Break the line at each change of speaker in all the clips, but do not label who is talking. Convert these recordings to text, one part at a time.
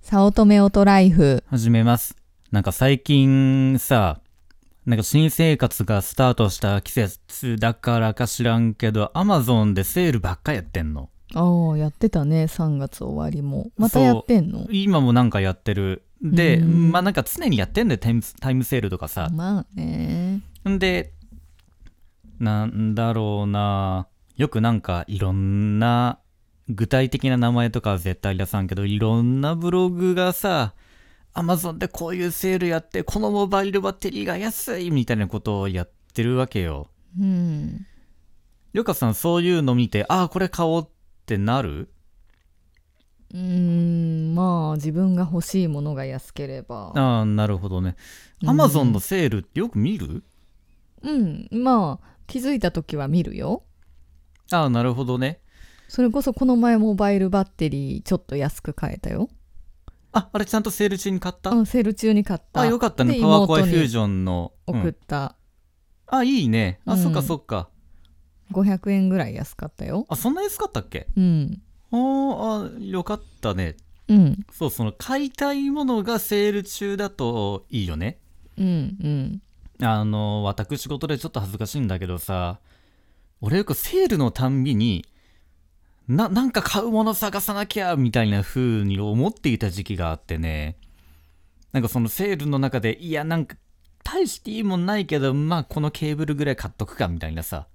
早乙女オトライフ。
始めます。なんか最近さ、なんか新生活がスタートした季節だからか知らんけど、アマゾンでセールばっかやってんの。
ああ、やってたね。3月終わりも。またやってんの
今もなんかやってる。で、
うん
まあなんか常にやってんだよ、タイムタイムセールとかさ。
まあね。
んで、なんだろうなよくなんかいろんな、具体的な名前とかは絶対出さんけど、いろんなブログがさ、アマゾンでこういうセールやって、このモバイルバッテリーが安いみたいなことをやってるわけよ。
うん。
よかさん、そういうの見て、ああ、これ買おうってなる
うーん、まあ、自分が欲しいものが安ければ。
ああ、なるほどね。
うん
アマゾンのセールってよく見る
うん、まあ、気づいた時は見るよ。
ああ、なるほどね。
それこそこの前モバイルバッテリーちょっと安く買えたよ。
あ、あれちゃんとセール中に買った
う
あ
ん、セール中に買った。
あ、よかったね。
で
パワーコアフュー
妹に
ジョンの。うん
送った。
あ、いいね。あ、
うん
そっかそっか。
500円ぐらい安かったよ。
あ、そんな安かったっけ
うん。
あーあ、よかったね。
うん。
そう、その買いたいものがセール中だといいよね。
うん。うん。
あの、私事でちょっと恥ずかしいんだけどさ、俺よくセールのたんびに、な、なんか買うもの探さなきゃ、みたいな風に思っていた時期があってね。なんかそのセールの中で、いや、なんか、大していいもんないけど、まあ、このケーブルぐらい買っとくか、みたいなさ。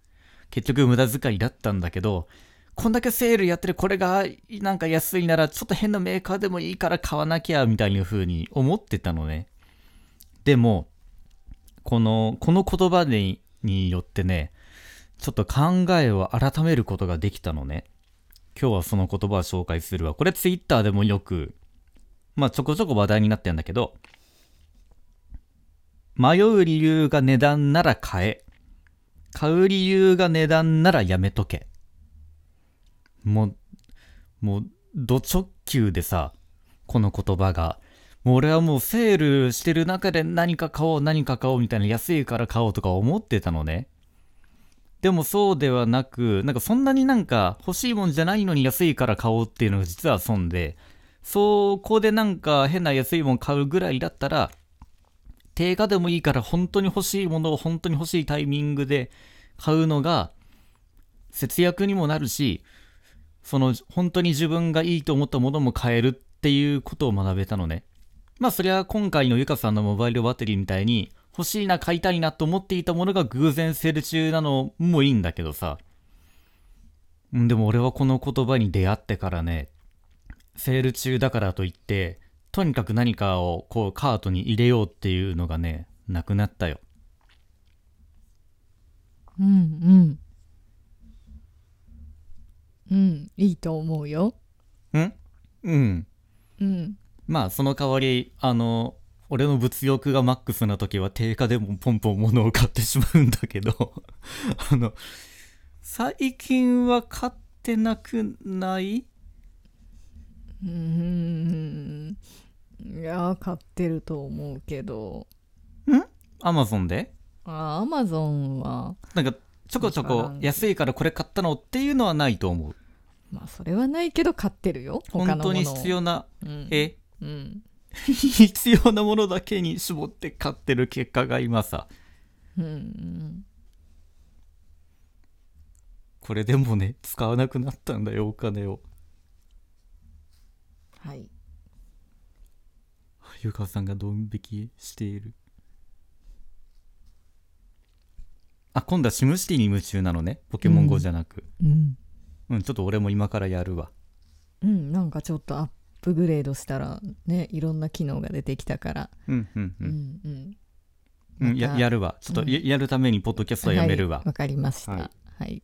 結局無駄遣いだったんだけど、こんだけセールやってるこれが、なんか安いなら、ちょっと変なメーカーでもいいから買わなきゃ、みたいな風に思ってたのね。でも、この、この言葉にによってね、ちょっと考えを改めることができたのね。今日はその言葉を紹介するわ。これツイッターでもよく、まあちょこちょこ話題になってんだけど、迷う理由が値段なら買え。買う理由が値段ならやめとけ。もう、もう、ド直球でさ、この言葉が、もう俺はもうセールしてる中で何か買おう何か買おうみたいな安いから買おうとか思ってたのね。でもそうではなく、なんかそんなになんか欲しいもんじゃないのに安いから買おうっていうのが実は損で、そこでなんか変な安いもん買うぐらいだったら、定価でもいいから本当に欲しいものを本当に欲しいタイミングで買うのが節約にもなるし、その本当に自分がいいと思ったものも買えるっていうことを学べたのね。まあそりゃ今回のゆかさんのモバイルバッテリーみたいに欲しいな買いたいなと思っていたものが偶然セール中なのもいいんだけどさ。うんでも俺はこの言葉に出会ってからね、セール中だからといって、とにかく何かをこうカートに入れようっていうのがね、なくなったよ。
うん。うん。うん。いいと思うよ。
んうん。
うん。
まあその代わりあの俺の物欲がマックスな時は定価でもポンポン物を買ってしまうんだけど あの最近は買ってなくない
うん。いやー、買ってると思うけど。
アマゾンで
あ、アマゾンは、
なんかちょこちょ
わか
こ
らん
安いからこれ買ったのっていうのはないと思う
まあ、それはないけど買ってるよ。他
本
の
当
ものを
に必。要な
うん。
え
うん。
必要なものだけに絞って買ってる結果が今さ
うんうん。
これでもね使わなくなったんだよお金を
はい。
ゆかさんがドン引きしているあ今度はシムシティに夢中なのねポケモン GO じゃなく
うん。
うん、ちょっと俺も今からやるわ
うん、なんかちょっとアップグレードしたら、ね、いろんな機能が出てきたから。
うんうんう、
うんん、うん。
うん、ややるわちょっとや,、やるためにポッドキャストはやめるわ、
はい、わかりました。
は
はいい。